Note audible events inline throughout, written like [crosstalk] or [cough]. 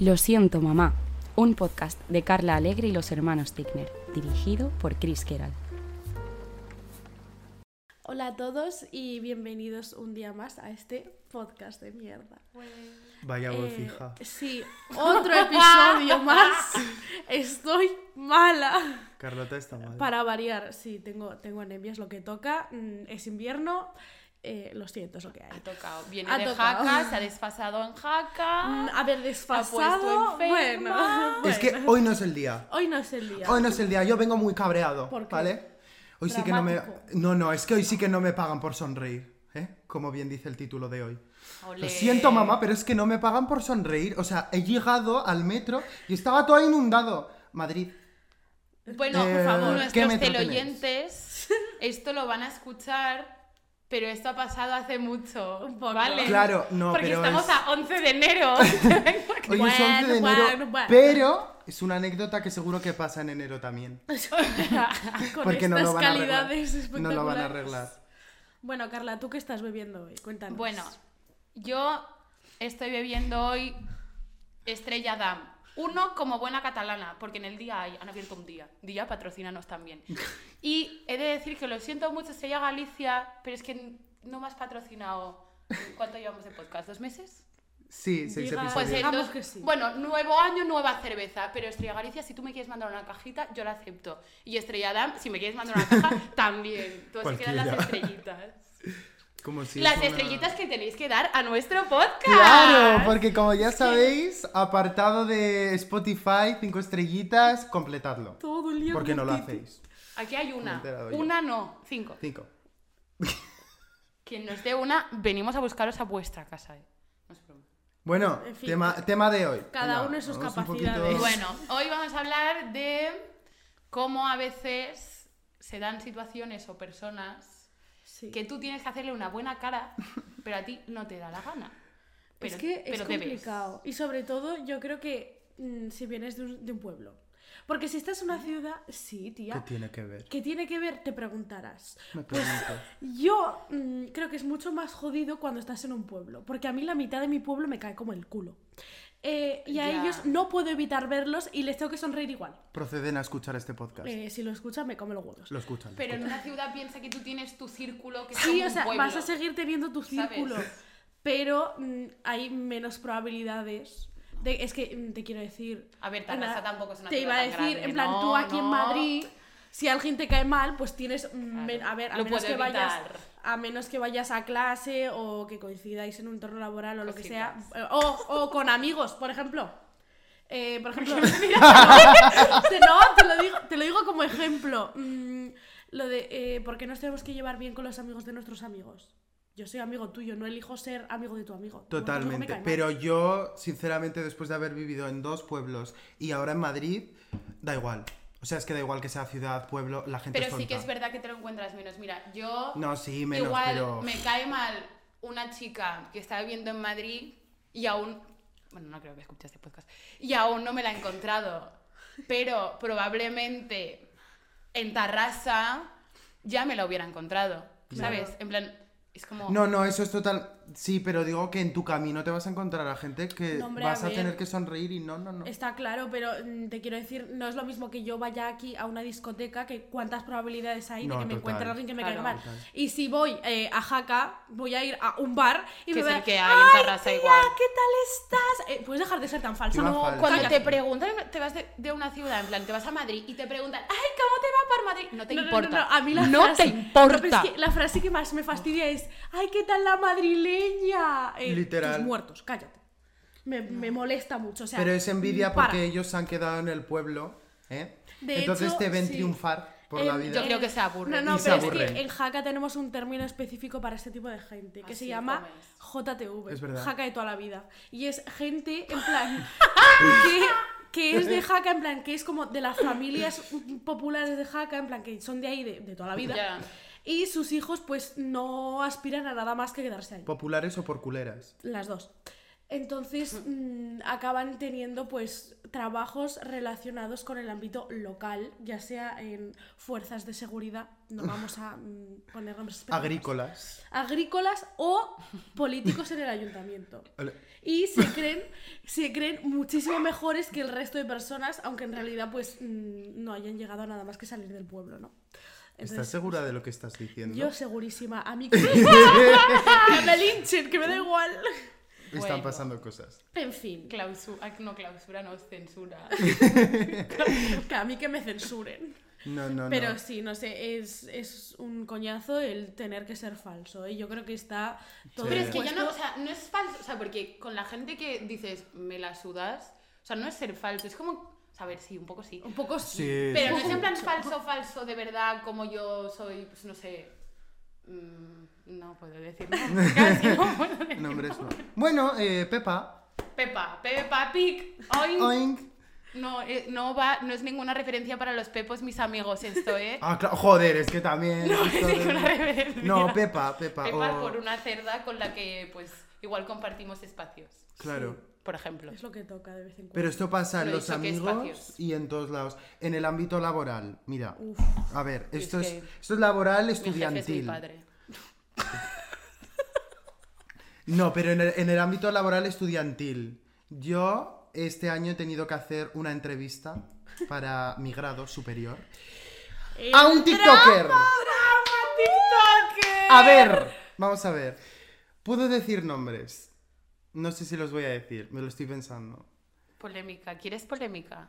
Lo siento, mamá. Un podcast de Carla Alegre y los hermanos Tickner, dirigido por Chris Keral. Hola a todos y bienvenidos un día más a este podcast de mierda. Vaya voz Eh, fija. Sí, otro episodio más. Estoy mala. Carlota está mal. Para variar, sí, tengo, tengo anemia, es lo que toca. Mm, Es invierno, eh, lo siento, es lo que hay. Ha tocado. Viene Ha de tocado. Jaca, se ha desfasado en Jaca. Mm, A ver, puesto desfasado. enferma. Bueno, Es que hoy no es el día. hoy no es el día. Hoy no es el día. Yo vengo muy cabreado. ¿Por qué? ¿Vale? Hoy sí que no me. Dramático. No, no, es que hoy sí que no me pagan por sonreír. ¿Eh? Como bien dice el título de hoy. Lo Olé. siento, mamá, pero es que no me pagan por sonreír. O sea, he llegado al metro y estaba todo inundado. Madrid. Bueno, Eh, por favor, ¿qué nuestros metro teleoyentes esto lo van a escuchar, pero esto ha pasado hace mucho, ¿vale? Claro, no, Porque pero estamos es- a 11 de enero. Hoy es 11 de Bueno, enero. bueno, bueno. Pero es una anécdota que seguro que pasa en enero también. [laughs] Con Porque no estas lo van a arreglar. calidades No lo van a espectaculares. arreglar. Bueno, Carla, ¿tú qué estás bebiendo hoy? Cuéntanos. bueno, yo estoy bebiendo hoy Estrella Dam. Uno como buena catalana, porque en el día hay, han abierto un día. Día patrocínanos también. [laughs] Y he de decir que lo siento mucho, Estrella Galicia, pero es que no me has patrocinado. ¿Cuánto llevamos de podcast? ¿Dos meses? Sí, seis Diga- eh, episodios. Pues Digamos entonces, que sí. bueno, nuevo año, nueva cerveza. Pero Estrella Galicia, si tú me quieres mandar una cajita, yo la acepto. Y Estrella Damm, si me quieres mandar [laughs] una caja, también. Tú así quedan las Cualquiera. [laughs] estrellitas. Como si las es una- estrellitas que tenéis que dar a nuestro podcast. Claro, pues, porque como ya sabéis, apartado de Spotify, cinco estrellitas, completadlo. Todo el día ¿Por qué no lo contigo. hacéis? Aquí hay Me una. he enterado yo. Una no, cinco. Cinco. Quien nos dé una, venimos a buscaros a vuestra casa. eh. No se preocupen. Bueno, En fin. tema, tema de hoy. Cada uno en sus vamos un capacidades. poquito- Bueno, hoy vamos a hablar de cómo a veces se dan situaciones o personas Sí. que tú tienes que hacerle una buena cara, pero a ti no te da la gana. Pero, es que es pero te ves. complicado. Y sobre todo, yo creo que mm, si vienes de un, de un pueblo. Porque si estás en una ciudad, sí, ¿Qué tía. tiene que [laughs] ver? ¿Qué tiene que ver? Te preguntarás. Me pregunto. Yo mm, creo que es mucho más jodido cuando estás en un pueblo. Porque a mí la mitad de mi pueblo me cae como el culo. Eh, y a Ya. ellos no puedo evitar verlos y les tengo que sonreír igual. Proceden a escuchar este podcast. Eh, si lo escuchan, me come los huevos. Lo escuchan. lo Pero en escuchan. una ciudad piensa que tú tienes tu círculo que es Sí, como o un sea, pueblo. vas a seguir teniendo tu ¿sabes? círculo, pero mm, hay menos probabilidades. de- es que mm, te quiero decir. A ver, en Tarrasa plan, tampoco es una Te ciudad iba a tan decir, grande, en plan, no, tú aquí en no. Madrid, si alguien te cae mal, pues tienes. mm, Claro, a ver, a lo menos puedo que vayas. evitar. A menos que vayas a clase o que coincidáis en un entorno laboral o lo que sea. Cositas. eh, O, o con amigos, por ejemplo. Eh, por ejemplo, [laughs] te, no, te lo, digo, te lo digo como ejemplo. Mm, lo de eh, por qué nos tenemos que llevar bien con los amigos de nuestros amigos. Yo soy amigo tuyo, no elijo ser amigo de tu amigo. Tu amigo me Totalmente. cae mal. Pero yo, sinceramente, después de haber vivido en dos pueblos y ahora en Madrid, da igual. O sea, es que da igual que sea ciudad, pueblo, la gente Pero es sí que es tonta. verdad que te lo encuentras menos. Mira, yo No, sí, menos, igual pero... me cae mal una chica que está viviendo en Madrid y aún... Bueno, no creo que escuche este podcast. Y aún no me la he encontrado. Pero probablemente en Tarrasa ya me la hubiera encontrado. ¿Sabes? En plan, es como... No, no, eso es total. Sí, pero digo que en tu camino te vas a encontrar a gente que No, hombre, vas a a, ver. tener que sonreír y no, no, no. Está claro, pero mm, te quiero decir, no es lo mismo que yo vaya aquí a una discoteca, que cuántas probabilidades hay No, de que me total. encuentre alguien que me caiga Claro. mal. Total. Y si voy eh, a Jaca, voy a ir a un bar y Que me es voy a el que hay en "Ay, Tarrasa tía, igual". ¿qué tal estás? Eh, Puedes dejar de ser tan falsa. Iba No, falsa. Cuando cállate. te preguntan, te vas de, de una ciudad, en plan, te vas a Madrid y te preguntan, ay, ¿cómo te va por Madrid? No te No, no, importa. No, no, a mí la No frase- te importa. No, pero es que la frase que más me fastidia es, ay, ¿qué tal la madrileña? Eh, Literal. tus muertos, cállate. Me, me molesta mucho. o sea, pero es envidia para. porque ellos se han quedado en el pueblo, ¿eh? De Entonces hecho, te ven sí. triunfar por Eh, la vida. Yo creo que se aburre. No, no, Y se pero es aburren. que en Jaca tenemos un término específico para este tipo de gente que se Así llama como es. JTV. Es verdad. Jaca de toda la vida. Y es gente, en [laughs] plan, que, que es de Jaca, en plan, que es como de las familias populares de Jaca, en plan, que son de ahí de, de toda la vida. Ya. Y sus hijos, pues, no aspiran a nada más que quedarse ahí. Populares o por culeras. Las dos. Entonces mm, acaban teniendo pues trabajos relacionados con el ámbito local, ya sea en fuerzas de seguridad, no vamos a mm, poner nombres específicos, Agrícolas. agrícolas o políticos en el ayuntamiento. Ole. Y se creen, se creen muchísimo mejores que el resto de personas, aunque en realidad pues mm, no hayan llegado a nada más que salir del pueblo, ¿no? ¿Estás Entonces, segura de lo que estás diciendo? yo segurísima, a mí que [laughs] que me linchen, que me da igual. Están Bueno. pasando cosas. En fin, Clausura, no clausura, no censura. [laughs] que a mí que me censuren. No, no, Pero no. sí, no sé, es, es un coñazo el tener que ser falso. Y yo creo que está todo. Pero es que puesto- ya no, o sea, no es falso, o sea, porque con la gente que dices, me la sudas, o sea, no es ser falso, es como, o sea, a ver, sí, un poco sí. Un poco sí. Sí, Pero no sí, es en sí. plan falso, falso, de verdad, como yo soy, pues no sé. mm, no puedo decir nombres, casi no puedo decir Nombres no. Bueno, eh, Pepa. Pepa, Pepa Pig, oink. Oink. No, eh, no va, no es ninguna referencia para los pepos, mis amigos, esto, ¿eh? Ah, claro. Joder, es que [laughs] también. No es esto [laughs] de- ninguna referencia. No, Pepa, Pepa. Pepa o- por una cerda con la que, pues, igual compartimos espacios, Claro. por ejemplo. Es lo que toca de vez en cuando. Pero esto pasa en Lo he los dicho, ¿qué amigos espacios? y en todos lados. En el ámbito laboral, mira. Uf. A ver, Es esto es, que esto es laboral Mi jefe es mi estudiantil. padre. No, pero en el, en el ámbito laboral estudiantil. Yo este año he tenido que hacer una entrevista [laughs] para mi grado superior. El A un TikToker. A ver, vamos a ver. Puedo decir nombres. No sé si los voy a decir, me lo estoy pensando. Polémica, ¿quieres polémica?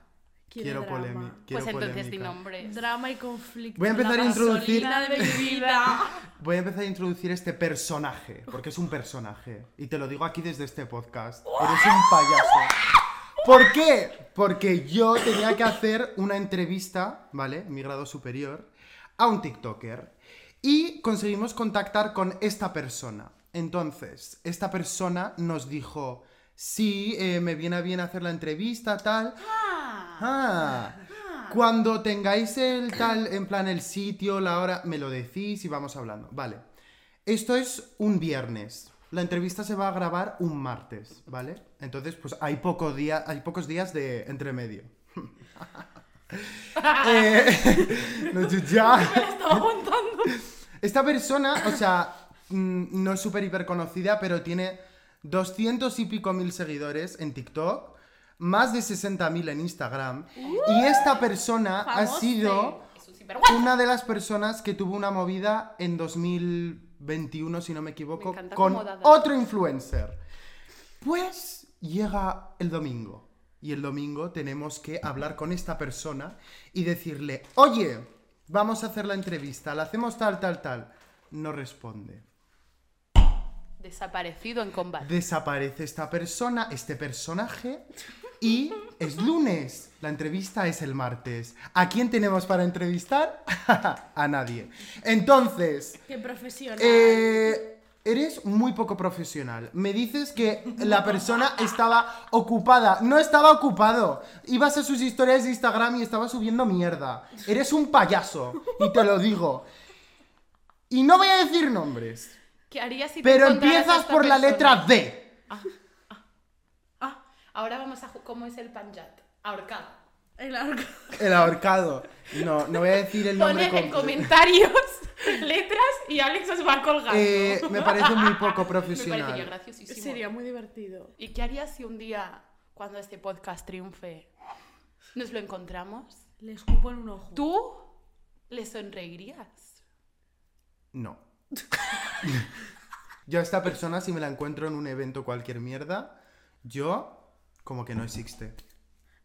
quiere Quiero, drama. polémica. quiero pues entonces di polémica. nombres. Drama y conflicto. Voy a empezar la a introducir- gasolina de [laughs] mi vida. Voy a empezar a introducir este personaje, porque es un personaje. Y te lo digo aquí desde este podcast. Eres un payaso. ¿Por qué? Porque yo tenía que hacer una entrevista, ¿vale? Mi grado superior, a un TikToker. Y conseguimos contactar con esta persona. Entonces, esta persona nos dijo, sí, eh, me viene bien hacer la entrevista, tal. Ah. Cuando tengáis el tal, en plan el sitio, la hora, me lo decís y vamos hablando. Vale. Esto es un viernes. La entrevista se va a grabar un martes, ¿vale? Entonces, pues hay, poco día, hay pocos días de entre medio. [laughs] Eh, [laughs] no, yo ya. Estaba aguantando. Esta persona, o sea, mm, no es súper hiper conocida, pero tiene 200 y pico mil seguidores en TikTok, más de 60 mil en Instagram. y esta persona ha famoso. sido Es un sinvergüenza. una de las personas que tuvo una movida en 2021, si no me equivoco, encanta con cómo da datos. otro influencer. Pues llega el domingo. Y el domingo tenemos que hablar con esta persona y decirle, oye, vamos a hacer la entrevista, la hacemos tal, tal, tal. No responde. Desaparecido en combate. Desaparece esta persona, este personaje, y es lunes. La entrevista es el martes. ¿A quién tenemos para entrevistar? [laughs] a nadie. Entonces, Qué profesional. eh, eres muy poco profesional. Me dices que la persona estaba ocupada. No estaba ocupado. Ibas a sus historias de Instagram y estaba subiendo mierda. Eres un payaso. Y te lo digo. Y no voy a decir nombres. ¿Qué harías si te Pero encontraras a empiezas esta por la persona? letra D. Ah, ahora vamos a... ju- ¿Cómo es el panjat? Ahorcado. El arco. El ahorcado. No, no voy a decir el nombre Poned en completo. comentarios [laughs] letras y Alex os va a colgar. Eh, me parece [laughs] muy poco Me parecería profesional. graciosísimo. Sería muy divertido. ¿Y qué harías si un día, cuando este podcast triunfe, nos lo encontramos? Le escupo en un ojo. ¿Tú le sonreirías? No. [laughs] Yo a esta persona, si me la encuentro en un evento cualquier mierda, yo como que no existe.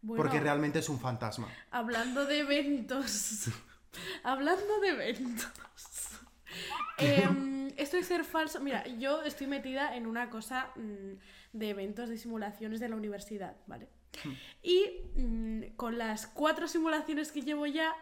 Bueno, Porque realmente es un fantasma. Hablando de eventos. Hablando de eventos. Em, esto de ser falso. Mira, yo estoy metida en una cosa mm, de eventos de simulaciones de la universidad, ¿vale? Y mm, con las cuatro simulaciones que llevo ya,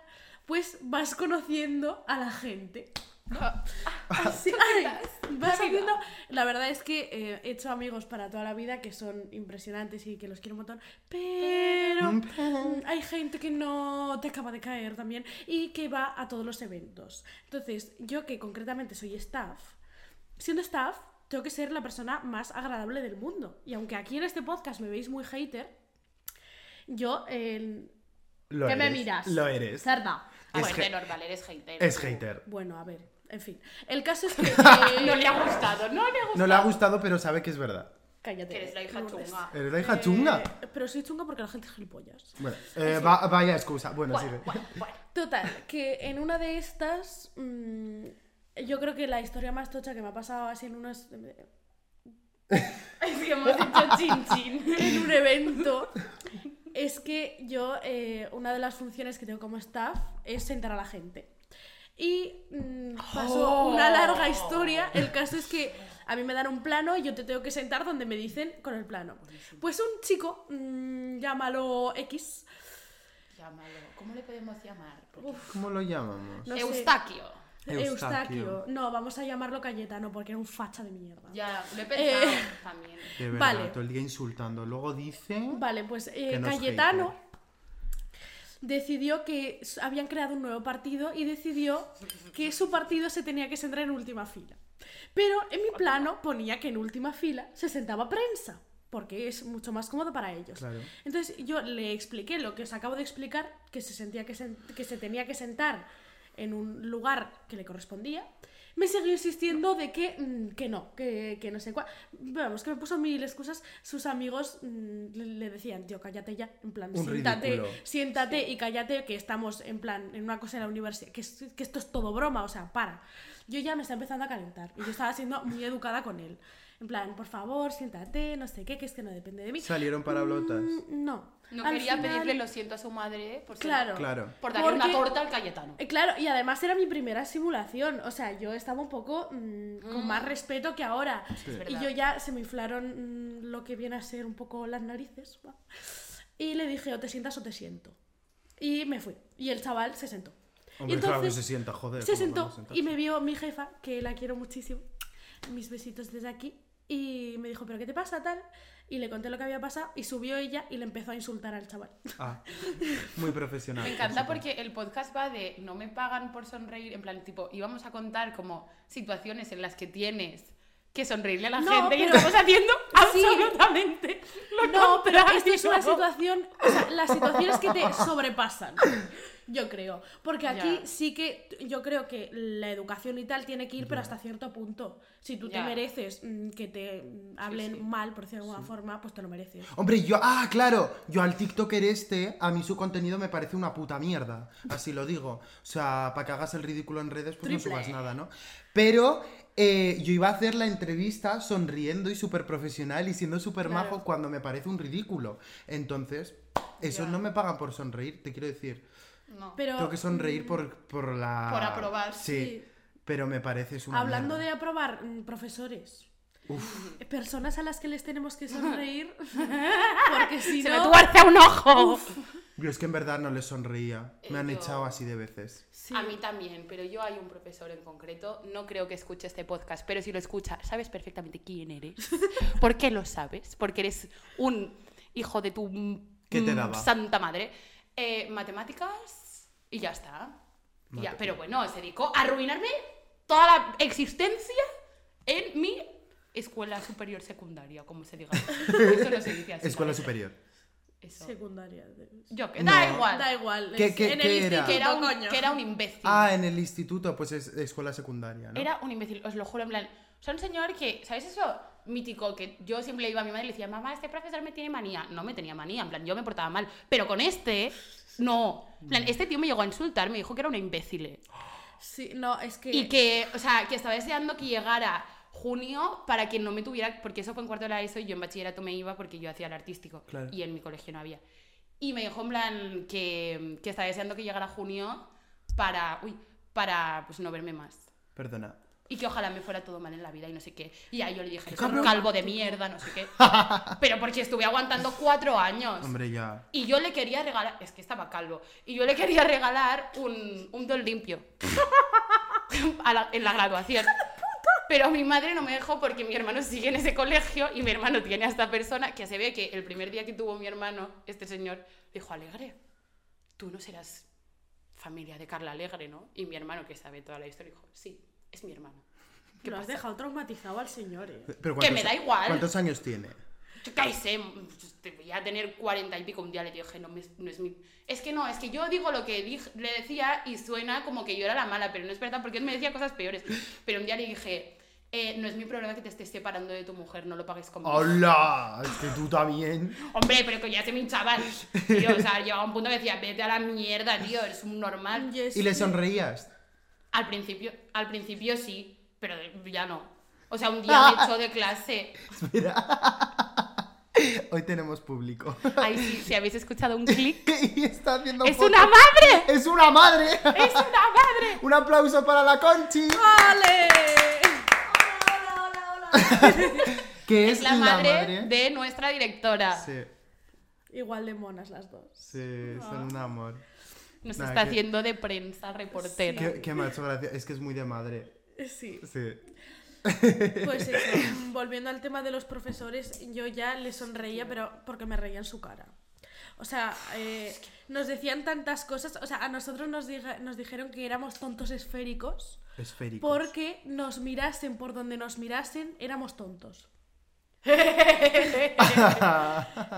pues vas conociendo a la gente. Ah, [laughs] Así, [laughs] ay, vas haciendo- La verdad es que eh, he hecho amigos para toda la vida que son impresionantes y que los quiero un montón, pero mm, hay gente que no te acaba de caer también y que va a todos los eventos. Entonces, yo que concretamente soy staff, siendo staff, tengo que ser la persona más agradable del mundo. Y aunque aquí en este podcast me veis muy hater, yo... eh, Lo ¿Qué me eres, miras? Lo eres. Cerda. Es Ah, bueno, ge- es normal, eres hater. Es hater. Bueno, a ver, en fin. El caso es que... [laughs] No eh, le ha gustado, no le ha gustado. No le ha gustado, pero sabe que es verdad. cállate. Que eres la hija Lourdes. chunga. Eres la hija chunga. Eh, pero soy chunga porque la gente es gilipollas. Bueno, eh, va- vaya excusa. Bueno, Bueno, sigue. bueno, bueno. Total, que en una de estas, mm, yo creo que la historia más tocha que me ha pasado así en unas... Eh. Es que hemos dicho chin chin. en un evento es que yo, eh, una de las funciones que tengo como staff es sentar a la gente. Y mm, pasó Oh. una larga historia. El caso es que a mí me dan un plano y yo te tengo que sentar donde me dicen con el plano. Pues un chico, mm, llámalo X, [laughs] Llámalo. ¿Cómo le podemos llamar? Porque- [laughs] ¿Cómo lo llamamos? no sé, Eustaquio. Eustaquio. Eustaquio. No, vamos a llamarlo Cayetano porque era un facha de mierda. Ya, lo he pensado Eh. también. De verdad, Vale. todo el día insultando. Luego dice. Vale, pues eh, Que no es Cayetano decidió que s- habían creado un nuevo partido y decidió que su partido se tenía que sentar en última fila. Pero en mi plano ponía que en última fila se sentaba prensa, porque es mucho más cómodo para ellos. Claro. Entonces yo le expliqué lo que os acabo de explicar, que se, sentía que, sen- que se tenía que sentar en un lugar que le correspondía. Me siguió insistiendo de que, mm, que no, que, que no sé cuál. Vamos, que me puso mil excusas. Sus amigos mm, le- le decían, tío, cállate ya, en plan, Un siéntate, ridículo. siéntate y cállate, que estamos en plan, en una cosa de la universidad, que, es- que esto es todo broma, o sea, para. Yo ya me está empezando a calentar y yo estaba siendo muy educada con él. En plan, por favor, siéntate, no sé qué, que es que no depende de mí. Salieron parablotas. Mm, No. No Al quería final- pedirle lo siento a su madre por, ser- Claro. Claro. por darle una Porque- torta al Cayetano. Eh, Claro, y además era mi primera simulación, o sea, yo estaba un poco mm, con más respeto que ahora. Y verdad. yo ya se me inflaron mm, lo que viene a ser un poco las narices. va. Y le dije, o te sientas o te siento. Y me fui. Y el chaval se sentó. Hombre, Y claro que entonces- se sienta, joder. se ¿cómo sentó van a sentarse? y me vio mi jefa, que la quiero muchísimo, mis besitos desde aquí, y me dijo, ¿pero qué te pasa tal? Y le conté lo que había pasado y subió ella y le empezó a insultar al chaval. Ah, muy profesional. Me encanta porque el podcast va de no me pagan por sonreír, en plan tipo, íbamos a contar como situaciones en las que tienes que sonreírle a la No, gente y pero- estamos haciendo [laughs] Sí. absolutamente lo No, pero contrario. esto es una situación, o sea, las situaciones que te sobrepasan, yo creo. Porque aquí Ya. sí que t- yo creo que la educación y tal tiene que ir, pero hasta cierto punto. Si tú Ya. te mereces mm, que te mm, hablen sí. mal, por decirlo de alguna forma, pues te lo mereces. Hombre, yo, ah, claro, yo al TikToker este, a mí su contenido me parece una puta mierda, así lo digo. O sea, para que hagas el ridículo en redes, pues Triple. no subas nada, ¿no? Pero eh, yo iba a hacer la entrevista sonriendo y súper profesional y siendo súper majo cuando me parece un ridículo. Entonces, eso Ya. no me pagan por sonreír, te quiero decir. No. Pero Tengo que sonreír por, por la... Por aprobar, Sí, pero me pareces una hablando mierda. de aprobar, mm, profesores. Personas a las que les tenemos [laughs] que sonreír. Porque si se no. me tuerce un ojo. Yo es que en verdad no les sonreía, me han Yo- echado así de veces. Sí. A mí también, pero yo hay un profesor en concreto, no creo que escuche este podcast, pero si lo escucha, sabes perfectamente [laughs] quién eres. ¿Por qué lo sabes? Porque eres un hijo de tu mm, ¿Qué te mm, daba? santa madre. Eh, matemáticas y ya está. Y ya, pero bueno, se dedicó a arruinarme toda la existencia en mi escuela superior secundaria, como se diga. Eso no se dice así. Escuela ¿vale? superior. Eso. Secundaria. de- Yo que No. da igual. Da igual. ¿Qué- es- qué- en qué el era? instituto, Que era un, coño. que era un imbécil. Ah, en el instituto, pues es de escuela secundaria, ¿no? Era un imbécil, os lo juro, en plan, o sea, un señor que, ¿sabes eso? Mítico, que yo siempre iba a mi madre y le decía, mamá, este profesor me tiene manía. No me tenía manía, en plan, yo me portaba mal. Pero con este, no. En plan, este tío me llegó a insultar, me dijo que era una imbécile. Sí, no, es que. Y que, o sea, que estaba deseando que llegara junio para que no me tuviera, porque eso fue en cuarto de la ESO y yo en bachillerato me iba porque yo hacía el artístico Claro. y en mi colegio no había. Y me dijo en plan que, que estaba deseando que llegara junio para, uy, para pues no verme más. Perdona. Y que ojalá me fuera todo mal en la vida y no sé qué. Y ahí yo le dije, eres cabrón. un calvo de mierda, no sé [laughs] qué. Pero porque estuve aguantando cuatro años. Hombre, ya. Y yo le quería regalar, es que estaba calvo, y yo le quería regalar un, un don limpio [laughs] A la- en la graduación. Pero mi madre no me dejó porque mi hermano sigue en ese colegio y mi hermano tiene a esta persona que se ve que el primer día que tuvo mi hermano, este señor, dijo, Alegre, tú no serás familia de Carla Alegre, ¿no? Y mi hermano, que sabe toda la historia, dijo, sí, es mi hermano. Que lo has dejado traumatizado al señor, eh. Pero Que me ¿cuántos- da igual. ¿Cuántos años tiene? Yo qué sé, te voy a tener cuarenta y pico un día, le dije, no, me- no es mi... Es que no, es que yo digo lo que dij- le decía y suena como que yo era la mala, pero no es verdad, porque él me decía cosas peores. Pero un día le dije, eh, no es mi problema que te estés separando de tu mujer, no lo pagues conmigo. ¡Hola! Es que tú también. Hombre, pero que ya se mi chaval. Tío, o sea, llegaba un punto que decía, vete a la mierda, tío, eres un normal. Yes, Y le yes. sonreías. Al principio, al principio sí, pero ya no. O sea, un día me echó de clase. Hoy tenemos público. [laughs] Ay, sí, si habéis escuchado un clic. y está haciendo ¡Es fotos. una madre! ¡Es una madre! ¡Es una madre! [laughs] ¡Un aplauso para la Conchi! [laughs] ¡Vale! Que es, Es la madre, de nuestra directora. Sí, Igual de monas las dos. sí, son Ah. un amor. Nos Nada, está que- haciendo de prensa reportera. Qué, qué macho gracia. Es que es muy de madre. Sí. Sí. Pues eso, mm, volviendo al tema de los profesores, yo ya le sonreía, pero porque me reía en su cara. O sea, eh, nos decían tantas cosas, o sea, a nosotros nos, dija- nos dijeron que éramos tontos esféricos Esféricos. porque nos mirasen por donde nos mirasen, éramos [laughs] tontos.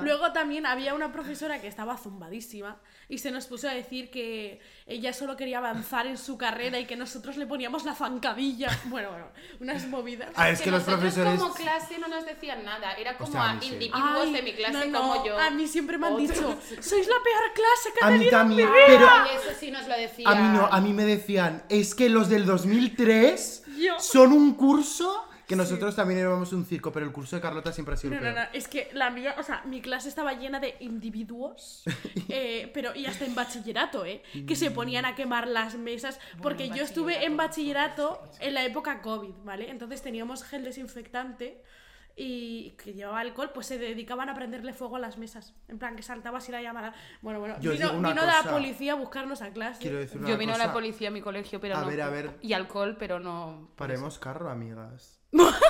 Luego también había una profesora que estaba zumbadísima y se nos puso a decir que ella solo quería avanzar en su carrera y que nosotros le poníamos la zancadilla. Bueno, bueno, unas movidas. Ah, es que los nosotros profesores. como clase no nos decían nada. Era como sea, a a mí sí. individuos Ay, de mi clase no, no, como yo. A mí siempre me han Otros. [laughs] dicho, sois la peor clase que A ha mí tenido en mi también, vida". pero. Ay, eso sí nos lo decían. A mí no, a mí me decían, es que los del 2003 Yo. son un curso que nosotros también éramos un circo, pero el curso de Carlota siempre ha sido No, el no, peor. no, es que la mía, o sea, mi clase estaba llena de [laughs] individuos, eh, pero y hasta en bachillerato, ¿eh? Que se ponían a quemar las mesas, porque en yo estuve en bachillerato en la época COVID, ¿vale? Entonces teníamos gel desinfectante y que llevaba alcohol, pues se dedicaban a prenderle fuego a las mesas, en plan que saltaba así la llamada. Bueno, bueno, Yo os vino, digo una vino la cosa. policía a buscarnos a clase. Quiero decir una Yo vino cosa. la policía a mi colegio, pero A no. ver, a ver. Y alcohol, pero no. Paremos carro, [laughs] amigas.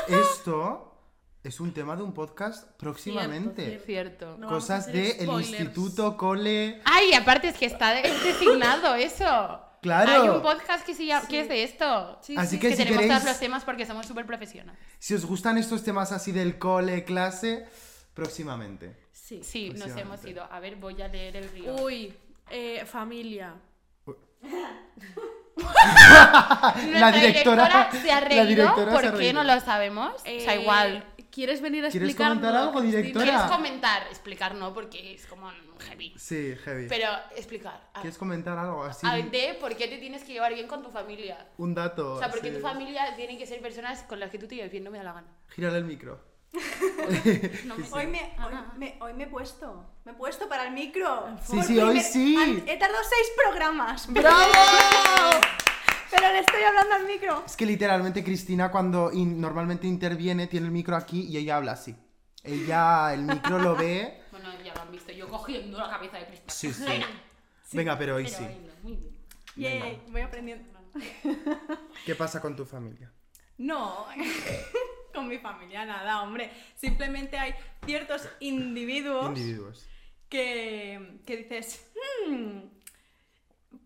Esto es un tema de un podcast próximamente. cierto. Cierto. No. vamos a Cosas hacer de el spoilers. instituto, cole. Ay, aparte es que está de- es designado eso. Claro. Hay un podcast que, se llama- que es de esto. Sí, Así sí. que que si tenemos queréis, todos los temas porque somos súper profesionales. si os gustan estos temas así del cole, clase, próximamente. Sí. Sí, nos Próximamente. hemos ido. A ver, voy a leer el guión. Uy, eh, familia. Nuestra directora- se [laughs] la ha reído, directora ¿por se ha qué reído. no lo sabemos? o sea, Eh, igual. ¿Quieres venir a ¿Quieres explicar comentar algo, directora? ¿Quieres comentar? Explicar no, porque es como heavy. Sí, heavy. Pero explicar. A, ¿Quieres comentar algo así? a- de por qué te tienes que llevar bien con tu familia. Un dato. O sea, porque así. tu familia tiene que ser personas con las que tú te lleves bien, no me da la gana. Gírale el micro. No me- Hoy me, Ah, hoy, me, hoy me he puesto, me he puesto para el micro. Sí, Por sí, hoy sí. han- he tardado seis programas. [laughs] pero- ¡Bravo! [laughs] Pero le estoy hablando al micro. Es que literalmente Cristina cuando in- normalmente interviene tiene el micro aquí y ella habla así. Ella el micro lo ve. Bueno, ya lo han visto. Yo cogiendo la cabeza de Cristina. [laughs] Sí, sí. Venga, pero hoy Pero sí. bueno, muy bien. Yay, voy aprendiendo. ¿Qué pasa con tu familia? No, [laughs] con mi familia nada, hombre. Simplemente hay ciertos individuos, Individuos. Que, que dices, "Hmm,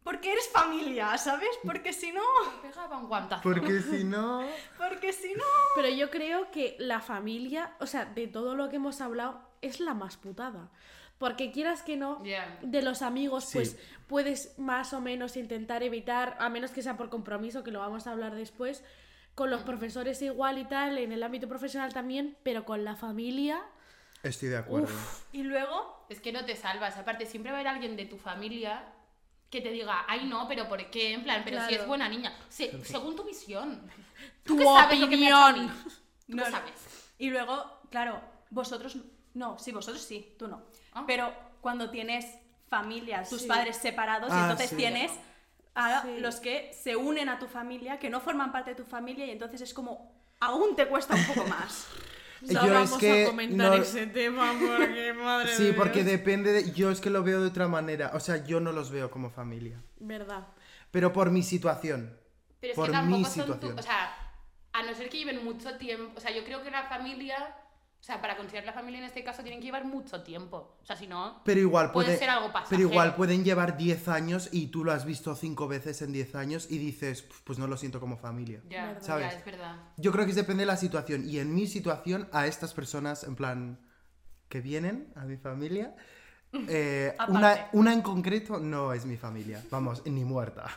porque eres familia, ¿sabes? Porque si no, Pegaba un guantazo. Porque si no... porque si no... Pero yo creo que la familia, o sea, de todo lo que hemos hablado, es la más putada. Porque quieras que no, Ya. de los amigos, Sí. pues puedes más o menos intentar evitar, a menos que sea por compromiso, que lo vamos a hablar después, con los profesores igual y tal, en el ámbito profesional también, pero con la familia, Estoy de acuerdo. Y luego Es que no te salvas. Aparte, siempre va a haber alguien de tu familia que te diga, ay no, pero ¿por qué? En plan, pero si Claro. es buena niña. Se- según tu misión. [laughs] Tu ¿Tú qué sabes lo que me ha hecho a mí? opinión. Tú no No, no. sabes. Y luego, claro, vosotros, no, sí, vosotros sí, tú no. Ah. Pero cuando tienes familias, tus Sí. padres separados, y Ah, entonces sí. tienes a Sí. los que se unen a tu familia, que no forman parte de tu familia, y entonces es como, aún te cuesta un [laughs] poco más. Yo es que no- tema [laughs] porque madre Sí, porque depende de... Yo es que lo veo de otra manera. O sea, yo no los veo como familia. Verdad. Pero por mi situación. Pero es por que mi tampoco son situación. tu... O sea, a no ser que lleven mucho tiempo... O sea, yo creo que la familia O sea, para considerar la familia en este caso tienen que llevar mucho tiempo. O sea, si no. Pero igual Puede puede, ser algo pasajero. Pero igual pueden llevar 10 años y tú lo has visto 5 veces en 10 años y dices, pues no lo siento como familia. Ya, Verdad. ya, ¿Sabes? es verdad. Yo creo que depende de la situación. Y en mi situación, a estas personas, en plan, que vienen a mi [laughs] familia, eh, una, Aparte. una en concreto no es mi familia. Vamos, ni muerta.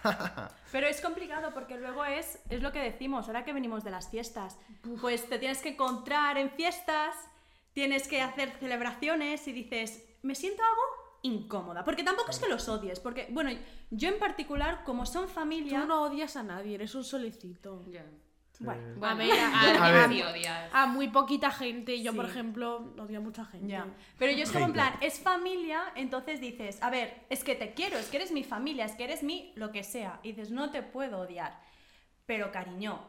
[laughs] Pero es complicado porque luego es, es lo que decimos, ahora que venimos de las fiestas, pues te tienes que encontrar en fiestas, tienes que hacer celebraciones y dices, me siento algo incómoda, porque tampoco es que los odies, porque, bueno, yo en particular, como son familia, Tú no odias a nadie, eres un solicito. Ya. Ah, bueno, Bueno, a ver, a mí ver. sí odias. A Ah, muy poquita gente, yo por Sí. ejemplo odio a mucha gente. ya. Pero yo es como en Hater. plan, es familia, entonces dices, a ver, es que te quiero, es que eres mi familia, es que eres mi lo que sea. Y dices, no te puedo odiar. Pero cariño,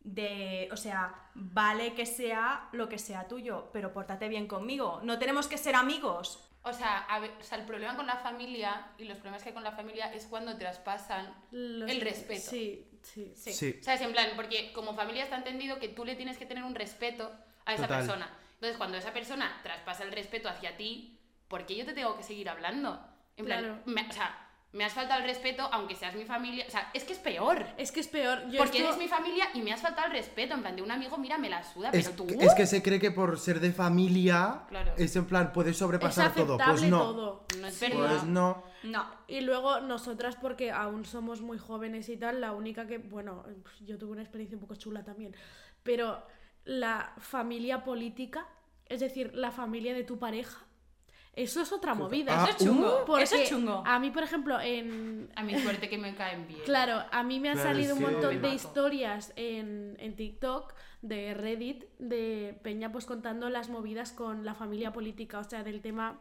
de, o sea, vale que sea lo que sea tuyo, pero pórtate bien conmigo. No tenemos que ser amigos. O sea, a ve- o sea, el problema con la familia y los problemas que hay con la familia es cuando traspasan Los- el respeto. Sí, sí. Sí. Sí. ¿Sabes? En plan, porque como familia está entendido que tú le tienes que tener un respeto a esa Total. persona. Entonces, cuando esa persona traspasa el respeto hacia ti, ¿por qué yo te tengo que seguir hablando? En plan, Claro. me- o sea, me has faltado el respeto aunque seas mi familia. O sea, es que es peor. Es que es peor. Yo Porque esto- eres mi familia y me has faltado el respeto. En plan, de un amigo, mira, me la suda, Es, pero tú. uh, que- es que se cree que por ser de familia, Claro. es en plan, puedes sobrepasar es todo. aceptable Pues no. todo. No es verdad. Pues no. No. Y luego nosotras, porque aún somos muy jóvenes y tal, la única que, bueno, yo tuve una experiencia un poco chula también, pero la familia política, es decir, la familia de tu pareja, eso es otra movida. Ah, Eso es chungo, Porque eso es chungo. A mí, por ejemplo, en... A mi suerte que me caen bien. Claro, a mí me han Claro, salido un es que- montón Me de mato. historias en, en TikTok, de Reddit, de Peña, pues contando las movidas con la familia política, o sea, del tema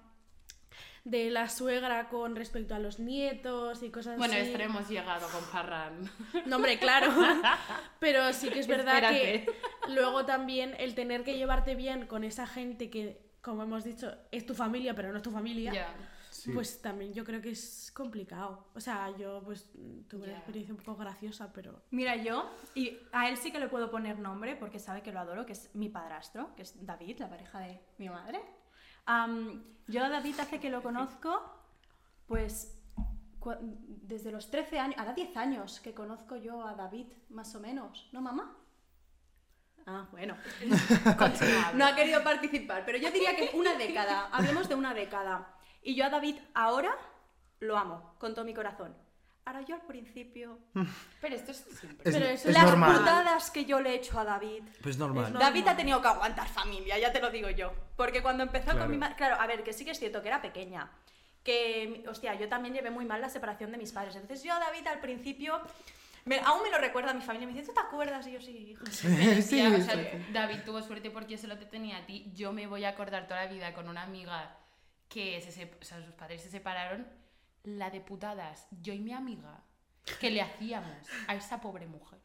de la suegra con respecto a los nietos y cosas Bueno, así. esto hemos llegado con Farran. No, hombre, [laughs] claro. Pero sí que es verdad Espérate. que luego también el tener que llevarte bien con esa gente que, como hemos dicho, es tu familia, pero no es tu familia. Ya. [laughs] Sí. Pues también yo creo que es complicado. O sea, yo pues tuve Ya. una experiencia un poco graciosa, pero... Mira, yo, y a él sí que le puedo poner nombre porque sabe que lo adoro, que es mi padrastro, que es David, la pareja de mi madre. Am, yo a David hace que lo conozco, pues cua- desde los 13 años, ahora 10 años que conozco yo a David, más o menos, ¿no, mamá? Ah, bueno. Continuamos. No ha querido participar, pero yo diría que una década, hablemos de una década. Y yo a David ahora lo amo, con todo mi corazón. Ahora yo al principio Pero esto es siempre. Es, Pero es eso es las normal. putadas que yo le he hecho a David. Pues normal. Es normal. David ha tenido que aguantar familia, ya te lo digo yo. Porque cuando empezó Claro. con mi madre. Claro, a ver, que sí que es cierto que era pequeña. Que, hostia, yo también llevé muy mal la separación de mis padres. Entonces yo a David al principio. me- aún me lo recuerda mi familia. Me dice, ¿tú te acuerdas? Y yo sí, hija. Pero [laughs] Sí, tía, o sí, sea, sí. David tuvo suerte porque solo te tenía a ti. Yo me voy a acordar toda la vida con una amiga que se sep- o sea, sus padres se separaron. La de putadas, yo y mi amiga, que le hacíamos a esa pobre mujer.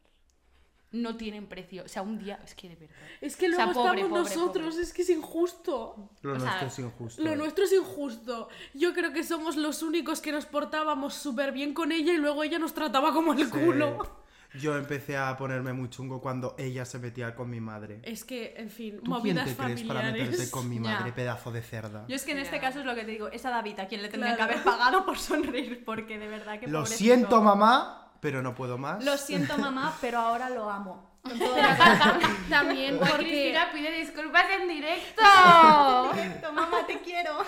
No tienen precio. O sea, un día, es que de verdad. Es que O luego sea, pobre, estamos pobre, nosotros, [laughs] pobre. es que es injusto. Lo o sea, nuestro es injusto. Lo nuestro es injusto. Yo creo que somos los únicos que nos portábamos súper bien con ella y luego ella nos trataba como el Sí. culo. Yo empecé a ponerme muy chungo cuando ella se metía con mi madre. Es que, en fin, ¿Tú quién Eh, movidas te crees familiares. para meterte con mi Ya. madre, pedazo de cerda? [laughs] Yo es que en este Ya. caso es lo que te digo. Es a David a quien le tendría Claro. que haber pagado por sonreír. Porque de verdad que. Lo pobrecito. siento, mamá, pero no puedo más. Lo siento, mamá, pero ahora lo amo. Con todo También Hoy porque... Cristina pide disculpas en directo. [laughs] lo siento, mamá, te quiero.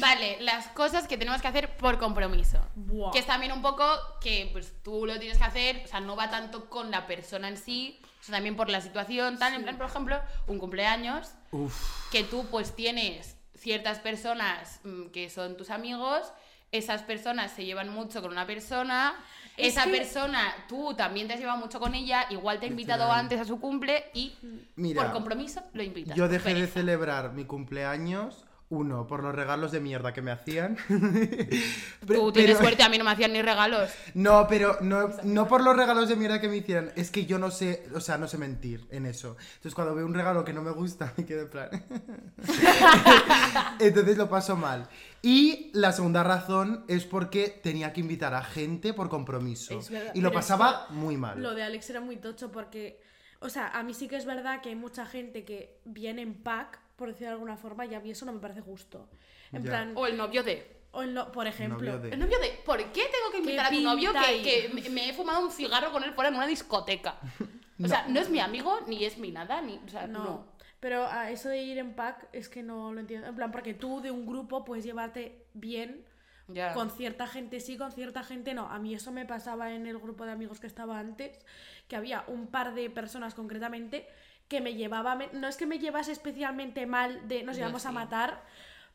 Vale, las cosas que tenemos que hacer por compromiso. Buah. Que es también un poco que pues tú lo tienes que hacer, o sea, no va tanto con la persona en sí, sino también por la situación, tal, en plan, por ejemplo, un cumpleaños, Uf, que tú pues tienes ciertas personas mm, que son tus amigos, esas personas se llevan mucho con una persona, Es esa que- persona tú también te has llevado mucho con ella, igual te ha invitado Literal. antes a su cumple y Mira, por compromiso lo invitas. yo dejé de Pereza. celebrar mi cumpleaños, uno, por los regalos de mierda que me hacían. Tú [laughs] Pero- tienes pero- suerte, a mí no me hacían ni regalos. No, pero no, no por los regalos de mierda que me hicieran, es que yo no sé, o sea, no sé mentir en eso. Entonces cuando veo un regalo que no me gusta, [laughs] me quedo en plan... Entonces lo paso mal. Y la segunda razón es porque tenía que invitar a gente por compromiso. Es verdad, y lo pero pasaba esto- muy mal. Lo de Alex era muy tocho porque O sea, a mí sí que es verdad que hay mucha gente que viene en pack, por decirlo de alguna forma, y a mí eso no me parece justo. En Ya. plan, O el novio de. o en lo- por ejemplo. Novio de- El novio de. ¿Por qué tengo que invitar a tu pinta novio que, ahí? que me- me he fumado un cigarro con él fuera en una discoteca? O sea, no es mi amigo, ni es mi nada, ni. O sea, No. no. Pero a eso de ir en pack es que no lo entiendo. En plan, porque tú de un grupo puedes llevarte bien. Ya. Con cierta gente sí, con cierta gente no. A mí eso me pasaba en el grupo de amigos que estaba antes, que había un par de personas concretamente que me llevaba, me- no es que me llevase especialmente mal de nos Ya, llevamos a sí. matar,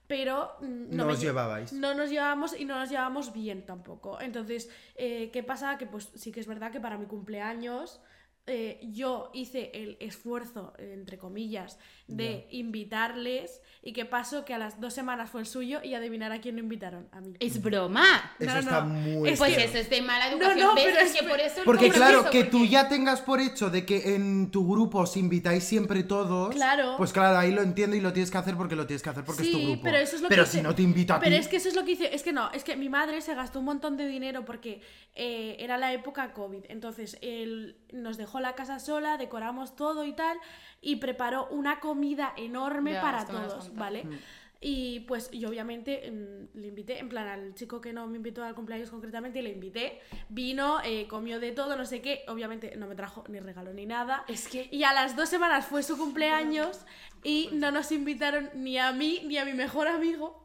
pero mm, no No me os lle- llevabais. No nos llevábamos y no nos llevábamos bien tampoco. Entonces, eh, ¿qué pasa? Que pues sí que es verdad que para mi cumpleaños eh, yo hice el esfuerzo, eh, entre comillas, de invitarles y qué pasó que a las dos semanas fue el suyo y adivinar a quién no invitaron, a mí. Es broma. Eso no, está no. muy Es Mm. Pues feo. eso es de mala educación. no, ¿Ves? pero Es es que fe- por eso Porque no claro, que proceso, tú porque- ya tengas por hecho de que en tu grupo os invitáis siempre todos. Claro. Pues claro, ahí lo entiendo y lo tienes que hacer porque lo tienes que hacer porque sí, es tu grupo. pero eso es lo Pero que si hice. no te invito a Pero ti. es que eso es lo que hice. Es que no, es que mi madre se gastó un montón de dinero porque eh, era la época COVID. Entonces, él nos dejó la casa sola, decoramos todo y tal, y preparó una comida enorme Ya, para esto me lo has todos, contado. ¿vale? Mm. Y pues yo obviamente mm, le invité, en plan al chico que no me invitó al cumpleaños concretamente, le invité, vino, eh, comió de todo, no sé qué, obviamente no me trajo ni regalo ni nada. Es que- Y a las dos semanas fue su cumpleaños y no nos invitaron ni a mí ni a mi mejor amigo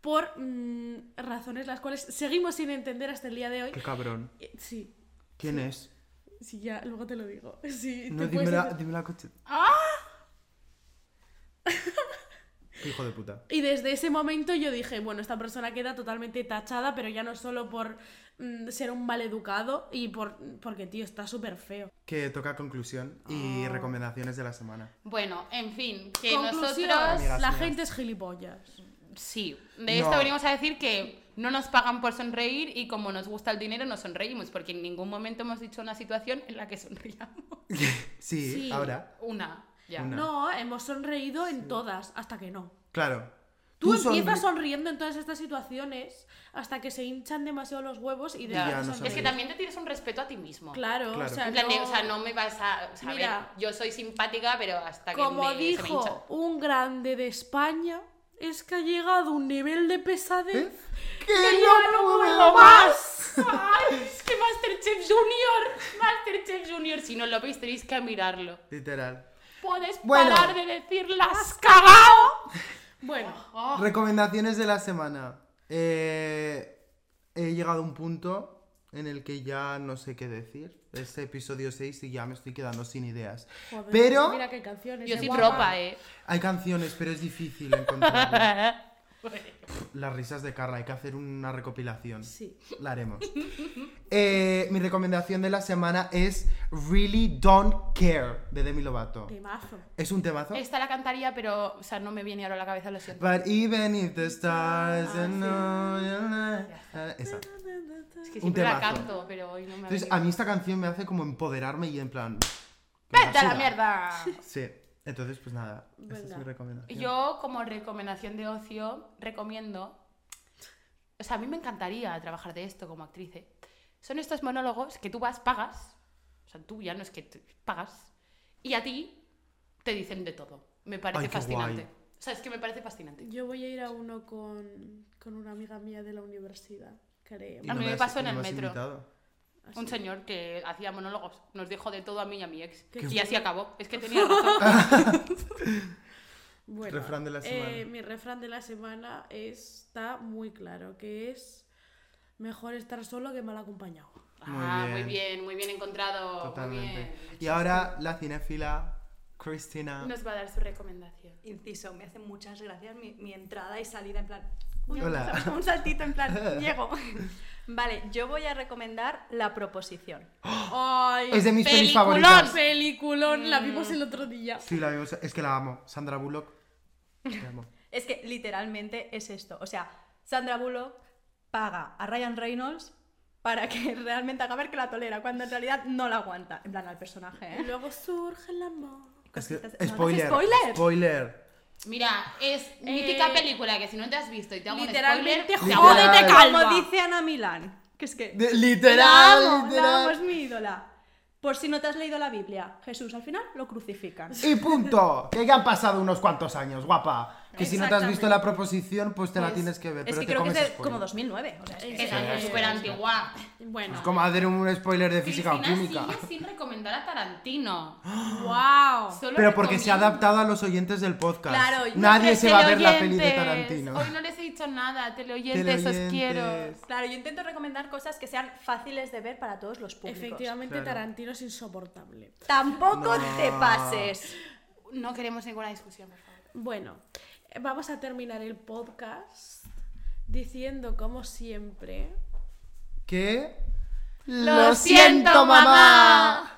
por mm, razones las cuales seguimos sin entender hasta el día de hoy. Qué cabrón. Eh, Sí, ¿Quién es? sí, ya, luego te lo digo. [laughs] Sí, No, te puedes dímela, hacer- ¡Ah! dímela coche. [laughs] Qué hijo de puta. Y desde ese momento yo dije, bueno, esta persona queda totalmente tachada, pero ya no solo por mm, ser un maleducado y por porque, tío, está súper feo. Que toca conclusión Ah. y recomendaciones de la semana. Bueno, en fin, que Conclusión, nosotros. Amigas la mías. gente es gilipollas. Sí, de No. esto venimos a decir que no nos pagan por sonreír y como nos gusta el dinero, nos sonreímos, porque en ningún momento hemos dicho una situación en la que sonriamos. Sí, Sí. ahora. Una, ya. Una. No, hemos sonreído en todas, hasta que no. Claro. Tú, sonri- empiezas sonriendo en todas estas situaciones hasta que se hinchan demasiado los huevos y dejas de no Ya. sonreír. Es sonríes. que también te tienes un respeto a ti mismo. Claro, Claro. o sea, En plan de, no- o sea, no me vas a. o sea, a ver, Mira. yo soy simpática, pero hasta que. Como me- se me hincha. dijo un grande de España, es que ha llegado un nivel de pesadez ¿Eh? ¡Que que yo no puedo más! más. ¡Ay! Es que Masterchef Junior. Masterchef Junior. Si no lo veis, tenéis que mirarlo. Literal. Puedes Bueno. parar de decir las cagao. Bueno, Recomendaciones de la semana. Eh, he llegado a un punto en el que ya no sé qué decir. Es episodio 6 y ya me estoy quedando sin ideas. joder, Pero mira qué canciones. Yo qué sin guapa. ropa, eh. hay canciones, pero es difícil encontrarlas. [laughs] Las risas de Carla, hay que hacer una recopilación. Sí. La [laughs] haremos. Eh, mi recomendación de la semana es Really Don't Care de Demi Lovato. Temazo. Es un temazo. Esta la cantaría, pero, o sea, no me viene ahora a la cabeza, lo siento. But even if the stars Ah, are no- Ah, Esa. Es que Un siempre la temazo. canto, pero hoy no me ha Entonces, venido. a mí esta canción me hace como empoderarme y en plan. que ¡Vete a la basura. [laughs] mierda! Sí. Entonces, pues nada. Esa es Venga. mi recomendación. Yo, como recomendación de ocio, recomiendo. O sea, a mí me encantaría trabajar de esto como actriz. ¿eh? Son estos monólogos que tú vas, pagas. O sea, tú ya no es que te- pagas. Y a ti te dicen de todo. Me parece Ay, qué fascinante. guay. O sea, es que me parece fascinante. Yo voy a ir a uno con, con una amiga mía de la universidad, creo. Y a mí me has- pasó en y no el has metro. invitado. Un señor que hacía monólogos nos dijo de todo a mí y a mi ex. Qué y chulo. así acabó. Es que [laughs] tenía razón. Bueno, Refrán de la eh, semana. mi refrán de la semana está muy claro, que es mejor estar solo que mal acompañado. Muy ah, muy bien. bien, muy bien encontrado. Oh, Muy Totalmente. bien. Y ahora la cinéfila Cristina. Nos va a dar su recomendación. Inciso, me hace muchas gracias mi, mi entrada y salida en plan. Un, Hola. un saltito en [laughs] plan, llego. Vale, yo voy a recomendar La Proposición. Ay, Es de mis pelis Peliculón. favoritas. peliculón, la vimos el otro día. Sí, la vimos. Es que la amo. Sandra Bullock. Te [laughs] amo. Es que literalmente es esto. O sea, Sandra Bullock paga a Ryan Reynolds para que [laughs] realmente haga ver que la tolera, cuando en realidad no la aguanta. En plan, al personaje, Y ¿eh? luego surge el amor. Es que- Cositas- no, no es spoiler. spoiler. Spoiler. Mira, es mítica Eh, película que si no te has visto y te hago un literalmente, spoiler, te Literal. ahogo. jódete, Como calva. dice Ana Milán, que es que... De- La literal. amo, la literal. amo, es mi ídola. Por si no te has leído la Biblia, Jesús al final lo crucifican. Y punto. Que ya han pasado unos cuantos años, guapa. Que si no te has visto Exactamente. la proposición, pues te la Pues, tienes que ver. Es pero que te creo que es comes de spoiler. como 2009. O sea, es que- Es algo súper antigua. Bueno. Es como hacer un spoiler de física o Cristina química. sigue sin recomendar [gasps] a Tarantino. ¡Wow! Solo Pero porque se ha recomiendo- adaptado a los oyentes del podcast. Claro, yo Nadie Pero se va a ver la peli de teleoyentes. Tarantino. Hoy no les he dicho nada, teleoyentes, os Teleoyentes. quiero. Claro, yo intento recomendar cosas que sean fáciles de ver para todos los públicos. Efectivamente, Claro. Tarantino es insoportable. Tampoco No. te pases. No queremos ninguna discusión, por favor. Bueno, eh, vamos a terminar el podcast diciendo, como siempre, ¿Qué? ¡Lo siento, mamá!